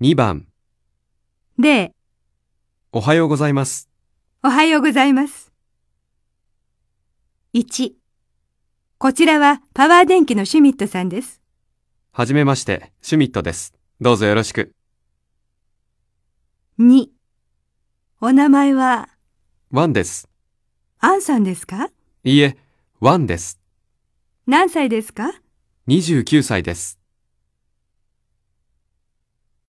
2番、で、おはようございます。おはようございます。1、こちらはパワー電機のシュミットさんです。はじめまして、シュミットです。どうぞよろしく。 2、お名前はワンです。アンさんですかいいえ、ワンです。何歳ですか29歳です。